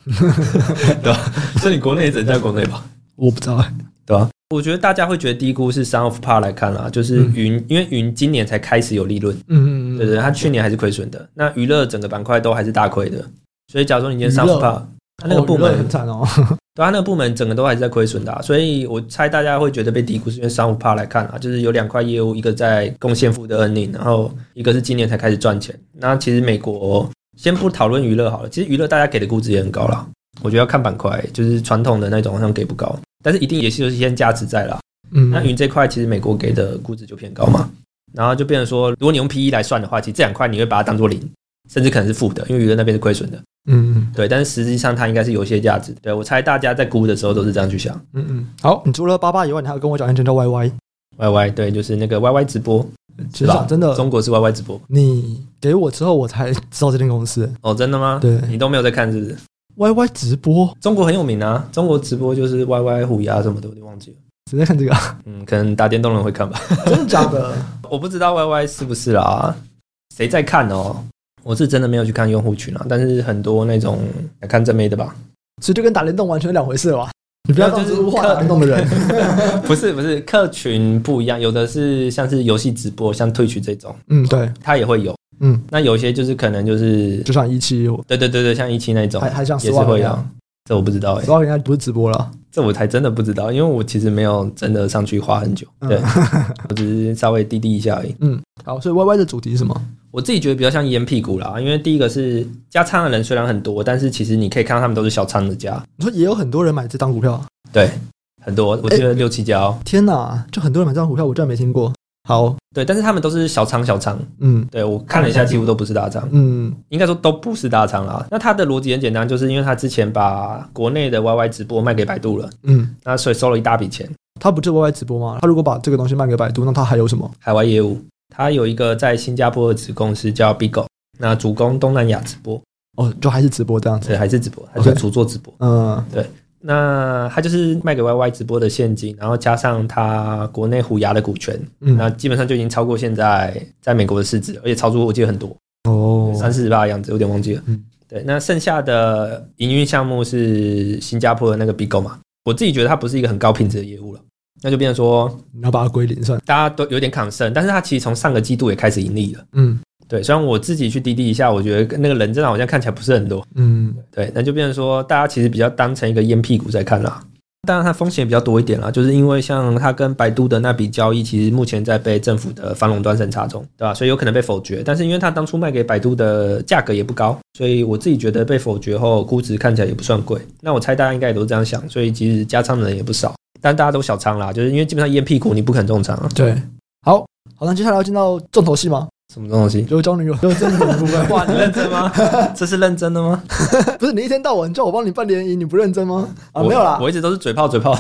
对吧、所以你国内也只能在国内吧，我不知道、 *laughs* 欸。对吧、我觉得大家会觉得低估是 Sun of Par 来看啦，就是云，因为云今年才开始有利润，嗯嗯对不嗯，对？它去年还是亏损的，那娱乐整个板块都还是大亏的，所以假如说你今天 Sun 娱乐 of Par，它那个哦部娱乐门很惨哦。对啊，那个部门整个都还是在亏损的啊、所以我猜大家会觉得被低估，是因为商务趴来看啊，就是有两块业务，一个在贡献负的 earning，然后一个是今年才开始赚钱。那其实美国先不讨论娱乐好了，其实娱乐大家给的估值也很高啦，我觉得要看板块，就是传统的那种好像给不高，但是一定也是有一些价值在啦。嗯，那云这块其实美国给的估值就偏高嘛，然后就变成说，如果你用 PE 来算的话，其实这两块你会把它当做零，甚至可能是负的，因为娱乐那边是亏损的。嗯嗯对，但是实际上它应该是有一些价值。对我猜大家在估的时候都是这样去想。嗯嗯。好，你除了八八以外，你还要跟我讲一件叫 YY。 Y Y 对，就是那个 Y Y 直播其是实吧？讲真的，中国是 Y Y 直播你给我之后，我才知道这间公司。哦，真的吗？对你都没有在看是不是？ YY 直播，中国很有名啊，中国直播就是 Y Y 虎牙什么的，我就忘记了。谁在看这个？嗯，可能打电动的人会看吧， *laughs* 真的假的？ *laughs* 我不知道 Y Y 是不是啦，谁在看哦？我是真的没有去看用户群啊，但是很多那种来看正妹的吧， *laughs* 所以就跟打联动完全是两回事了吧？你不要当就是物化客打联动的人。 *laughs* 不是不是，客群不一样，有的是像是游戏直播，像退群这种，嗯，对，它也会有。嗯，那有些就是可能就是，就像一期，对对对对，像一期那种还还像也是 Swag 会一有样，这我不知道哎、主要人家不是直播了。这我才真的不知道，因为我其实没有真的上去花很久，嗯对 *laughs* 我只是稍微滴滴一下而已。好，所以 YY 的主题是什么？我自己觉得比较像烟屁股啦，因为第一个是加仓的人虽然很多，但是其实你可以看到他们都是小仓的家，你说也有很多人买这张股票，对，很多，我记得六七家哦，天哪，就很多人买这张股票，我居然没听过。好，对，但是他们都是小仓小仓，嗯对我看了一下，几乎都不是大仓，嗯应该说都不是大仓啦。那他的逻辑很简单，就是因为他之前把国内的 YY 直播卖给百度了，嗯，那所以收了一大笔钱，他不就 YY 直播吗？他如果把这个东西卖给百度，那他还有什么？海外业务。他有一个在新加坡的子公司叫 Bigo，那主攻东南亚直播，哦，就还是直播这样子。对，还是直播，他就主做直播。嗯那他就是卖给 YY 直播的现金，然后加上他国内虎牙的股权，那嗯，基本上就已经超过现在在美国的市值，而且超出我记得很多，哦，三四十八的样子，有点忘记了。嗯对，那剩下的营运项目是新加坡的那个 Bigo 嘛，我自己觉得它不是一个很高品质的业务了，那就变成说你要把它归零算。大家都有点 concern，但是它其实从上个季度也开始盈利了。嗯对，虽然我自己去滴滴一下，我觉得那个人真的好像看起来不是很多，嗯，对，那就变成说，大家其实比较当成一个烟屁股在看啦。当然，它风险比较多一点啦，就是因为像它跟百度的那笔交易，其实目前在被政府的反垄断审查中，对吧？所以有可能被否决。但是因为它当初卖给百度的价格也不高，所以我自己觉得被否决后，估值看起来也不算贵。那我猜大家应该也都这样想，所以其实加仓的人也不少，但大家都小仓啦，就是因为基本上烟屁股你不肯重仓啊，对。好，好，那接下来要进到重头戏吗？什么东西？就是交女友，就是这种部 *laughs* 分。哇，你认真 *laughs* 吗？这是认真的吗？不是你一天到晚叫我帮你办联谊，你不认真吗？啊，我没有啦。我一直都是嘴炮 *laughs* 嘴炮。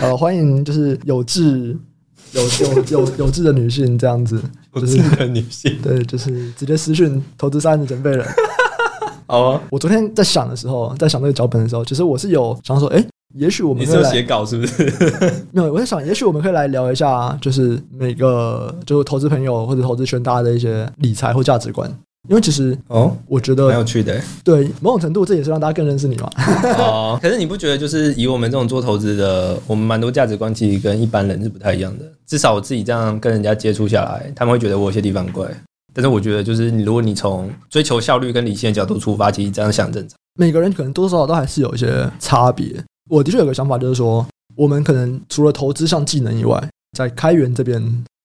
呃，欢迎就是有志有有有有志的女性这样子，就是的女 *laughs* 性，对，就是直接私讯投资三的准备人。好啊。我昨天在想的时候，在想那个脚本的时候，其实我是有想说，哎、也许我们你可是以有来写稿是不是？没有，我在想，也许我们可以来聊一下，就是每个就是投资朋友或者投资圈大家的一些理财或价值观，因为其实哦，我觉 *laughs* 蛮有得趣的欸。对某种程度这也是让大家更认识你嘛。哦，可是你不觉得就是以我们这种做投资的，我们蛮多价值观其实跟一般人是不太一样的。至少我自己这样跟人家接触下来，他们会觉得我有些地方怪。但是我觉得，就是你如果你从追求效率跟理性的角度出发，其实这样想正常。每个人可能多多少少都还是有一些差别。我的确有个想法，就是说，我们可能除了投资上技能以外，在开源这边，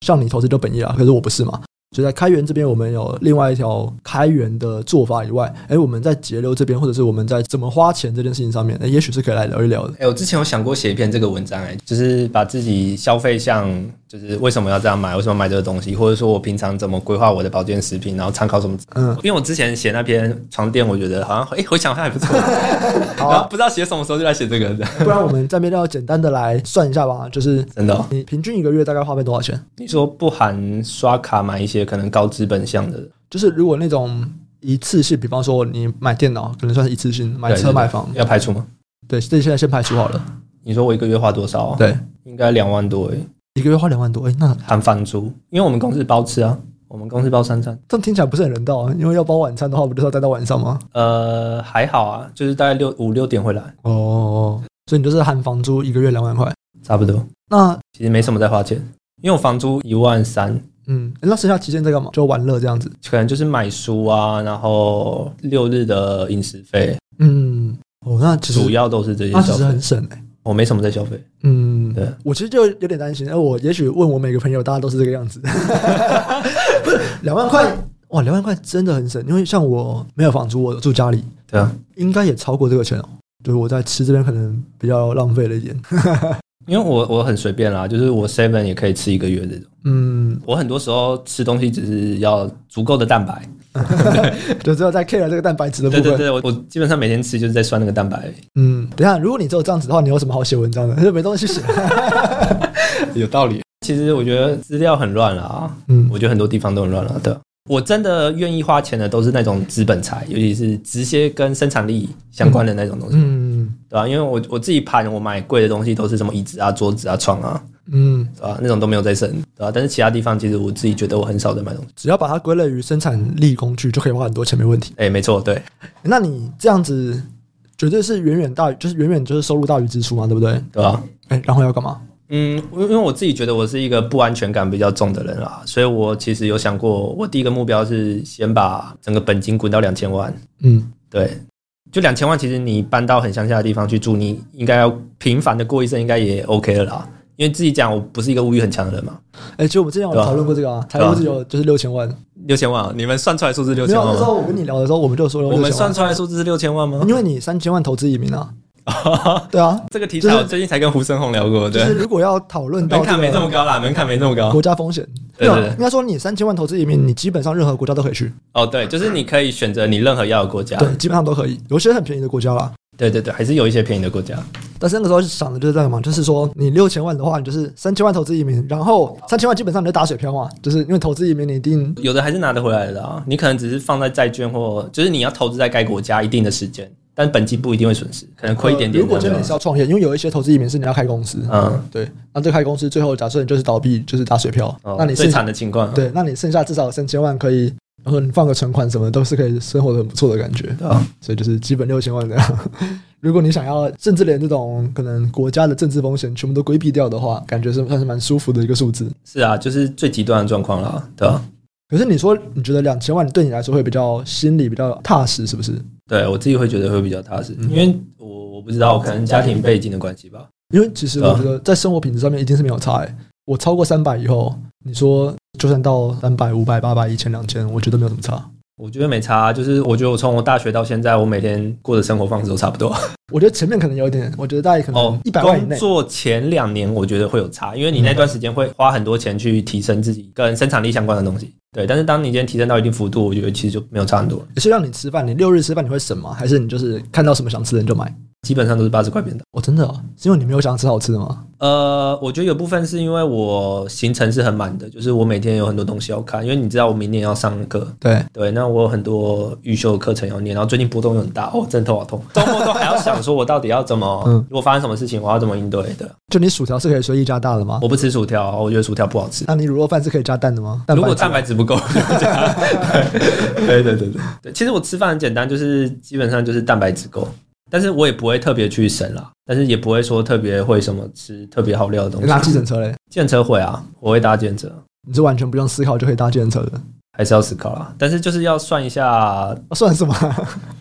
像你投资就本业啊，可是我不是嘛，所以在开源这边，我们有另外一条开源的做法以外，哎，我们在节流这边，或者是我们在怎么花钱这件事情上面，哎，也许是可以来聊一聊的。哎、我之前有想过写一篇这个文章、哎，就是把自己消费项，就是为什么要这样买，为什么买这个东西，或者说我平常怎么规划我的保健食品，然后参考什么。嗯， *laughs* 因为我之前写那篇床垫，我觉得好像哎、回想好像还不错，好然后啊、不知道写什么时候就来写这个，不然我们这边要简单的来算一下吧，就是真的哦、你平均一个月大概花费多少钱？你说不含刷卡买一些可能高资本项的，就是如果那种一次性，比方说你买电脑，可能算是一次性，买对车、对买房，要排除吗？对，这现在先排除好了。你说我一个月花多少、啊？对，应该两万多诶，哦一个月花两万多，哎、那含房租，因为我们公司包吃啊，我们公司包三餐。这样听起来不是很人道啊，因为要包晚餐的话，不就是要待到晚上吗？呃，还好啊，就是大概六五六点回来，哦，所以你就是含房租一个月两万块，差不多。那其实没什么在花钱，因为我房租一万三，嗯，那剩下期间在干嘛？就玩乐这样子，可能就是买书啊，然后六日的饮食费，嗯，哦，那其主实要都是这些那其消实费很。省哎、我没什么在消费，嗯，对，我其实就有点担心，哎，我也许问我每个朋友，大家都是这个 *laughs* 样子，两万块，哇，两万块真的很省，因为像我没有房租，我住家里，对啊，应该也超过这个钱哦。就是我在吃这边可能比较浪费了一点，因为我我很随便啦，就是我 seven 也可以吃一个月这种。嗯，我很多时候吃东西只是要足够的蛋白，就只有在 care 这个蛋白质的部对分，对对，我我基本上每天吃就是在算那个蛋白而已，嗯，等一下，如果你只有这样子的话，你有什么好写文章的？ *laughs* 就没东西 *laughs* 写。有道理。其实我觉得资料很乱啦，嗯我觉得很多地方都很乱了。对，我真的愿意花钱的都是那种资本财，尤其是直接跟生产力相关的那种东西，嗯对吧、因为我我自己盘，我买贵的东西都是什么椅子啊、桌子啊、床啊，嗯，对吧、那种都没有在省，对吧、但是其他地方其实我自己觉得我很少在买东西。只要把它归类于生产力工具，就可以花很多钱，没问题。哎、没错，对那你这样子绝对是远远大于，就是远远就是收入大于支出嘛，对不对？对吧、哎、然后要干嘛？嗯，因为因为我自己觉得我是一个不安全感比较重的人啦，所以我其实有想过，我第一个目标是先把整个本金滚到两千万。嗯对，就两千万，其实你搬到很乡下的地方去住，你应该要平凡的过一生，应该也 OK 了啦。因为自己讲，我不是一个物欲很强的人嘛。哎、其实我们之前有对啊讨论过这个啊，财对啊务自由就是六千万。六千万啊，你们算出来数字六没千有，万那时吗？候我跟你聊的时候，我们就说了我们算6000出来数字是六千万万吗？因为你三千万投资移民 *laughs* 啊，对啊，这个题材我最近才跟胡生宏聊过，就对，是如果要讨论到门槛没这么个高啦，门槛没这么高国。家风险，没对对有对，应该说你三千万投资移民，你基本上任何国家都可以去，哦，对，就是你可以选择你任何要的国家，对，基本上都可以，有些很便宜的国家啦。对对对，还是有一些便宜的国家。但是那个时候想的就是这个嘛，就是说你六千万的话，你就是三千万投资移民，然后三千万基本上你就打水漂嘛，就是因为投资移民你一定有的还是拿得回来的啊，你可能只是放在债券或就是你要投资在该国家一定的时间，但本金不一定会损失，可能亏一点点呃如这果样就真好。的你是要创业，因为有一些投资移民是你要开公司，嗯，对，那这开公司最后假设你就是倒闭，就是打水漂，哦那你最剩惨的情况，对，那你剩下至少三千万可以，然后你放个存款什么的都是可以生活的很不错的感觉，啊，所以就是基本六千万这样。 *laughs* 如果你想要，甚至连这种可能国家的政治风险全部都规避掉的话，感觉是算是蛮舒服的一个数字。是啊，就是最极端的状况啦，对吧、啊可是你说，你觉得两千万对你来说会比较心里比较踏实，是不是？对我自己会觉得会比较踏实，嗯因为我我不知道，可能家庭背景的关系吧。因为其实我觉得在生活品质上面一定是没有差、欸。我超过三百以后，你说就算到三百、五百、八百、一千、两千，我觉得没有什么差。我觉得没差，啊就是我觉得我从我大学到现在，我每天过的生活方式都差不多。我觉得前面可能有一点，我觉得大概可能哦，一百万以工内，作前两年我觉得会有差，因为你那段时间会花很多钱去提升自己跟生产力相关的东西。对，但是当你今天提升到一定幅度，我觉得其实就没有差很多了，是让你吃饭，你六日吃饭你会省吗？还是你就是看到什么想吃的你就买？基本上都是八十块便当。哦，真的、哦，是因为你没有想吃好吃的吗？呃，我觉得有部分是因为我行程是很满的，就是我每天有很多东西要看，因为你知道我明年要上课，对，对，那我有很多预修的课程要念，然后最近波动又很大，哦，真的头 *laughs* 好痛，周末都还要想说我到底要怎么，嗯如果发生什么事情，我要怎么应对的。就你薯条是可以随意加大的吗？我不吃薯条，我觉得薯条不好吃。那你卤肉饭是可以加蛋的吗？蛋如白果质蛋白质啊不够， *laughs* 啊对对对对对对。其实我吃饭很简单，就是基本上就是蛋白质够，但是我也不会特别去省啦，但是也不会说特别会什么吃特别好料的东你拉西。计程车嘞？建车会啊，我会搭建车，你是完全不用思考就可以搭计程车的？还是要思考啦。但是就是要算一下，哦、算什么？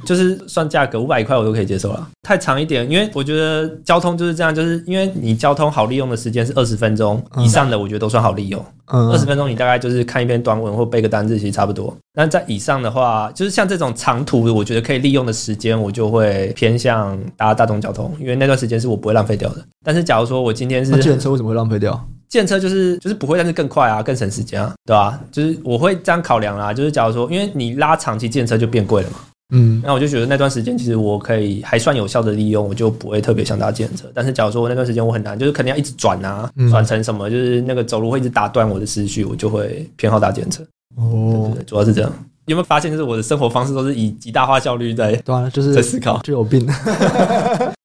就是算价格，五百块我都可以接受啦。太长一点，因为我觉得交通就是这样，就是因为你交通好利用的时间是二十分钟以上的，我觉得都算好利用。嗯 *laughs* 二十分钟，你大概就是看一篇短文或背个单字，其实差不多。那在以上的话，就是像这种长途，我觉得可以利用的时间，我就会偏向搭大众交通，因为那段时间是我不会浪费掉的。但是假如说我今天嗯那计是程车为什么会浪费掉？建车，就是就是不会，但是更快啊，更省时间啊，对吧、就是我会这样考量啦。就是假如说，因为你拉长期建车就变贵了嘛，嗯，那我就觉得那段时间其实我可以还算有效的利用，我就不会特别想搭建车。但是假如说我那段时间我很难，就是肯定要一直转啊嗯，转成什么，就是那个走路会一直打断我的思绪，我就会偏好搭建车。对哦，对，主要是这样。有没有发现，就是我的生活方式都是以极大化效率在对啊，就是在思考？就有病。 *laughs*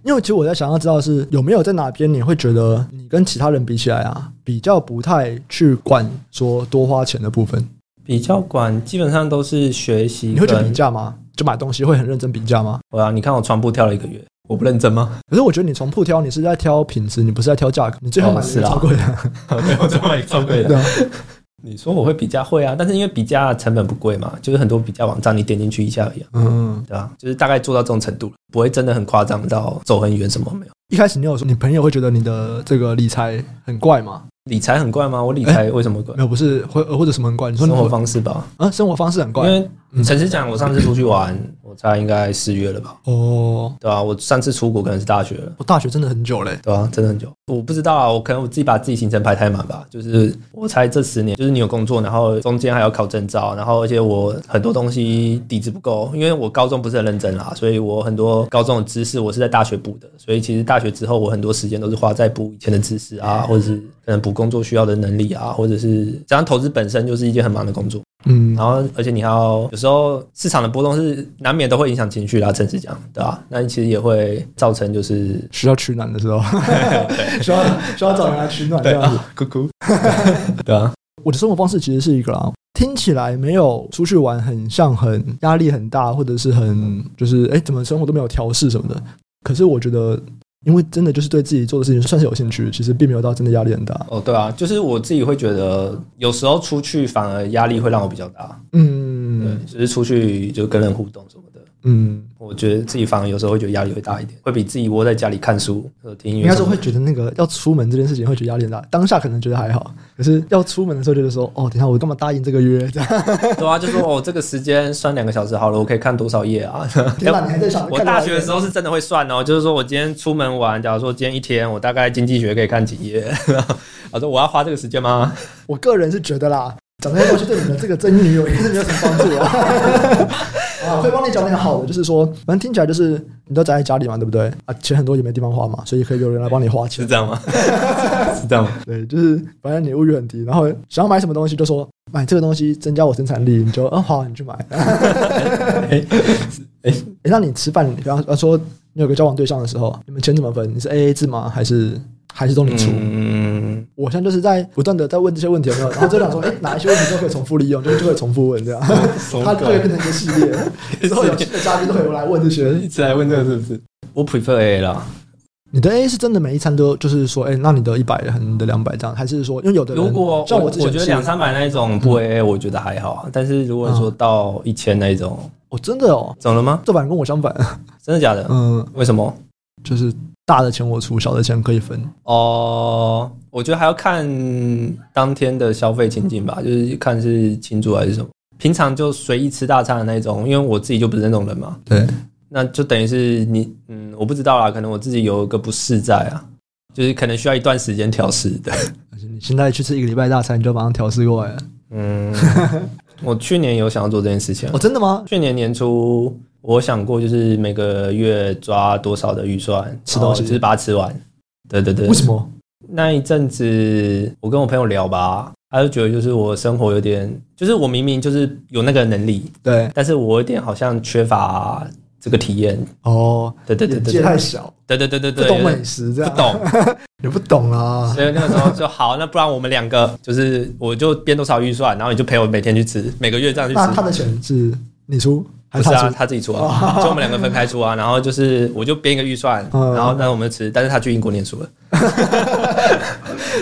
因为其实我在想要知道的是有没有在哪边你会觉得你跟其他人比起来啊，比较不太去管说多花钱的部分，比较管基本上都是学习你会去比跟价吗？就买东西会很认真比价吗？我啊，你看我床铺跳了一个月，我不认真 *laughs* 吗？可是我觉得你从铺挑，你是在挑品质，你不是在挑价格，你最后哦买的是是啊超贵的，对，我就买超对贵的。啊， *laughs* 你说我会比价会啊，但是因为比价成本不贵嘛，就是很多比价网站你点进去一下而已啊、 *laughs* 嗯。对吧、就是大概做到这种程度了，不会真的很夸张到走很远什么没有。一开始你有说你朋友会觉得你的这个理财很怪吗？理财很怪吗？我理财为什么怪没？有，不是或或者什么很怪？你说生你活方式吧，啊，生活方式很因怪，为诚实讲，我上次出去玩，我我猜应该四月了吧，哦，对吧、啊我上次出国可能是大学了。我大学真的很久嘞、对啊，真的很久，我不知道啊，我可能我自己把自己行程排太满吧。就是我猜这十年，就是你有工作，然后中间还要考证照，然后而且我很多东西底子不够，因为我高中不是很认真啦，所以我很多高中的知识我是在大学补的，所以其实大学之后我很多时间都是花在补以前的知识啊，或者是可能补工作需要的能力啊，或者是加上投资本身就是一件很忙的工作，嗯，然后而且你还要有时候市场的波动是难免都会影响情绪啦，诚实讲，对吧、那其实也会造成就是 *laughs* 需要取暖的时 *laughs* 候， *laughs* 需要需要找人来取暖这样子。咕咕， *laughs* 对啊， *laughs* 我的生活方式其实是一个啦，听起来没有出去玩很像很压力很大，或者是很就是哎、诶怎么生活都没有调试什么的。可是我觉得，因为真的就是对自己做的事情算是有兴趣，其实并没有到真的压力很大。哦，对啊，就是我自己会觉得，有时候出去反而压力会让我比较大，对，嗯就是出去就跟人互动什么的，嗯，我觉得自己反而有时候会觉得压力会大一点，会比自己窝在家里看书、呃听音乐应该什说么的，会觉得那个要出门这件事情会觉得压力很大，当下可能觉得还好，可是要出门的时候觉得说哦，等一下我干嘛答应这个约？ *laughs* 这样 *laughs* 对啊，就说哦，这个时间算两个小时好了，我可以看多少页 *laughs* 啊？天哪，你还在想？我看到大还学的时候是真的会算哦，就是说我今天出门玩，假如说今天一天，我大概经济学可以看几页， *laughs* 我说我要花这个时间吗？ *laughs* 我个人是觉得啦，讲这些东西对你的这个真女友也是没有什么帮助 *laughs* 啊。啊，我会帮你讲点好的，就是说，反正听起来就是你都宅在家里嘛，对不对？啊，钱很多也没地方花嘛，所以可以有人来帮你花是钱。这样吗？ *laughs* 是这样 *laughs* 吗？对，就是反正你物欲很低，然后想要买什么东西就说买这个东西增加我生产力，你就嗯好，你去买。哎诶那你吃饭，比方呃说你有个交往对象的时候，你们钱怎么分？你是 A A 制吗？还是还是都你出？嗯，我现在就是在不断的在问这些问题，有没有？然后就想说，哎、哪一些问题都可以重复利用，就就可以重复问这样。它就会变成一个系列，之后有新的嘉宾都可以来问这些。一直来问这个是不是？我 prefer A 啦，你的 A 是真的每一餐都就是说，哎、那你的一百和你的两百这样，还是说，因为有的人如果像我之前我觉得是两，三百那一种不 AA，我觉得还好。但是如果说到一千那一种，我、真的哦，怎么了吗？这版跟我相反， *laughs* 真的假的？嗯，为什么？就是大的钱我出，小的钱可以分。哦，我觉得还要看当天的消费情境吧，就是看是庆祝还是什么。平常就随意吃大餐的那一种，因为我自己就不是那种人嘛，对，那就等于是你，嗯，我不知道啦，可能我自己有一个不适在啊，就是可能需要一段时间调试的。而且你现在去吃一个礼拜大餐，你就马上调试过来了。嗯，我去年有想要做这件事情啊哦，，真的吗？去年年初，我想过就是每个月抓多少的预算，吃东西然后就是把它吃完。对对对，哦为什？么？那一阵子我跟我朋友聊吧，他就觉得就是我生活有点，就是我明明就是有那个能力，对，但是我有点好像缺乏这个体验。哦，对对对眼对界太对，小，对对对对不对，懂欸有美点食这不样，懂，你不懂啊啦。所以那个时候就好，那不然我们两个就是我就编多少预算，然后你就陪我每天去吃，每个月这样去吃那。他的钱是你出还不是他啊，出？他自己出啊，就我们两个分开出啊。然后就是我就编一个预算，嗯然后让我们吃，但是他去英国念书 *laughs* 了，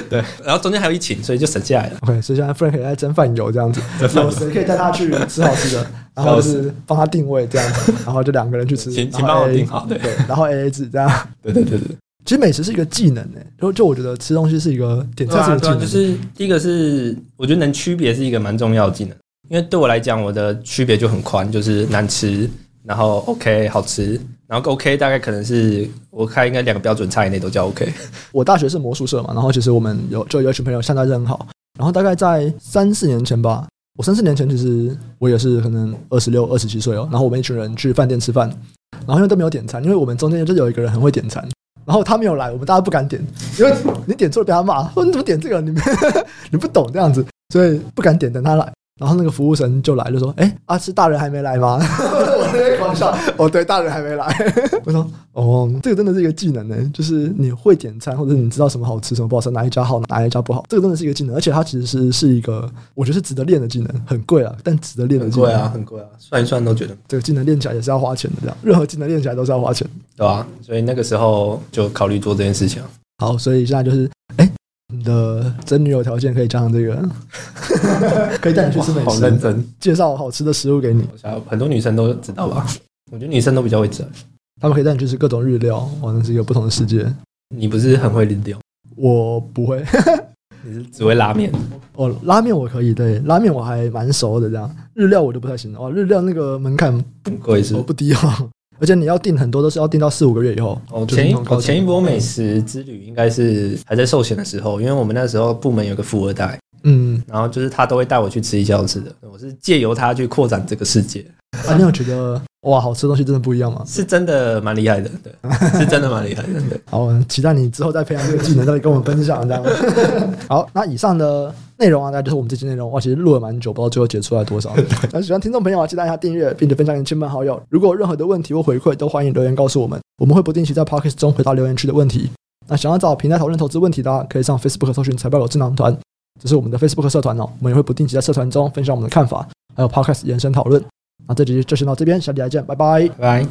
对，然后中间还有疫情，所以就省下来了。 OK，所以现在 Frank 也在蒸饭友这 *laughs* 样子，啊有谁可以带他去吃好吃的，然后是帮他定位这样子，然后就两个人去吃，啊请然请后帮我 AA 订好对对，然后 AA 制这样。对对对对，其实美食是一个技能诶、就就我觉得吃东西是一个点对菜是啊一个技对啊，能，就是第一个是我觉得能区别是一个蛮重要的技能，因为对我来讲，我的区别就很宽，就是难吃，然后 OK 好吃，然后 OK 大概可能是我看应该两个标准差以内都叫 OK。我大学是魔术社嘛，然后其实我们有就有一群朋友现在是很好，然后大概在三四年前吧，我三四年前其实我也是可能二十六、二十七岁哦，然后我们一群人去饭店吃饭，然后因为都没有点餐，因为我们中间就有一个人很会点餐。然后他没有来，我们大家不敢点，因为你点错了被他骂，说你怎么点这个，你们 *laughs* 你不懂这样子，所以不敢点，等他来。然后那个服务生就来，就说：“哎，啊，是大人还没来吗？” *laughs* 我在那边狂笑，哦，对，大人还没来。 *laughs* 我说哦，这个真的是一个技能呢、就是你会点餐，或者你知道什么好吃、什么不好吃，哪一家好，哪一家不好，这个真的是一个技能，而且它其实是是一个，我觉得是值得练的技能，很贵啊，但值得练的技能。很贵啊，算一算都觉得这个技能练起来也是要花钱的，这样任何技能练起来都是要花钱的。对啊，所以那个时候就考虑做这件事情啊。好，所以现在就是，哎，你的真女友条件可以加上这个， *laughs* 可以带你去吃美哇好认食，真。介绍好吃的食物给你，我想要很多女生都知道吧？ *laughs* 我觉得女生都比较会整。他们可以带你去吃各种日料，哇，那是一个不同的世界。你不是很会理掉？我不会，你你是只会拉面，哦，拉面我可以，对，拉面我还蛮熟的，这样日料我就不太行哦，日料那个门槛很贵是哦不低哦，而且你要订很多都是要订到四五个月以后。哦，就是前那一种高我级前一波美食之旅应该是还在寿险的时候，因为我们那时候部门有个富二代，嗯，然后就是他都会带我去吃一些好吃的，我是借由他去扩展这个世界，啊，你有觉得哇，好吃的东西真的不一样吗？是真的蛮厉害的，对，是真的蛮厉害的，对。好，我期待你之后再培养这个技能，再跟我们分享这样。 *laughs* 好，那以上的内容啊，大概就是我们这期内容。哇，其实录了蛮久，不知道最后截出来多少。那喜欢听众朋友啊，记得按下订阅，并且分享给亲朋好友。如果有任何的问题或回馈，都欢迎留言告诉我们，我们会不定期在 p o c k e t 中回答留言区的问题。那想要找平台讨论投资问题的、啊，可以上 Facebook 搜寻财报有智囊团，这是我们的 Facebook 社团哦。我们也会不定期在社团中分享我们的看法，还有 Podcast *laughs* 延伸讨论。那这集就先到这边，下期再见，拜拜。拜拜。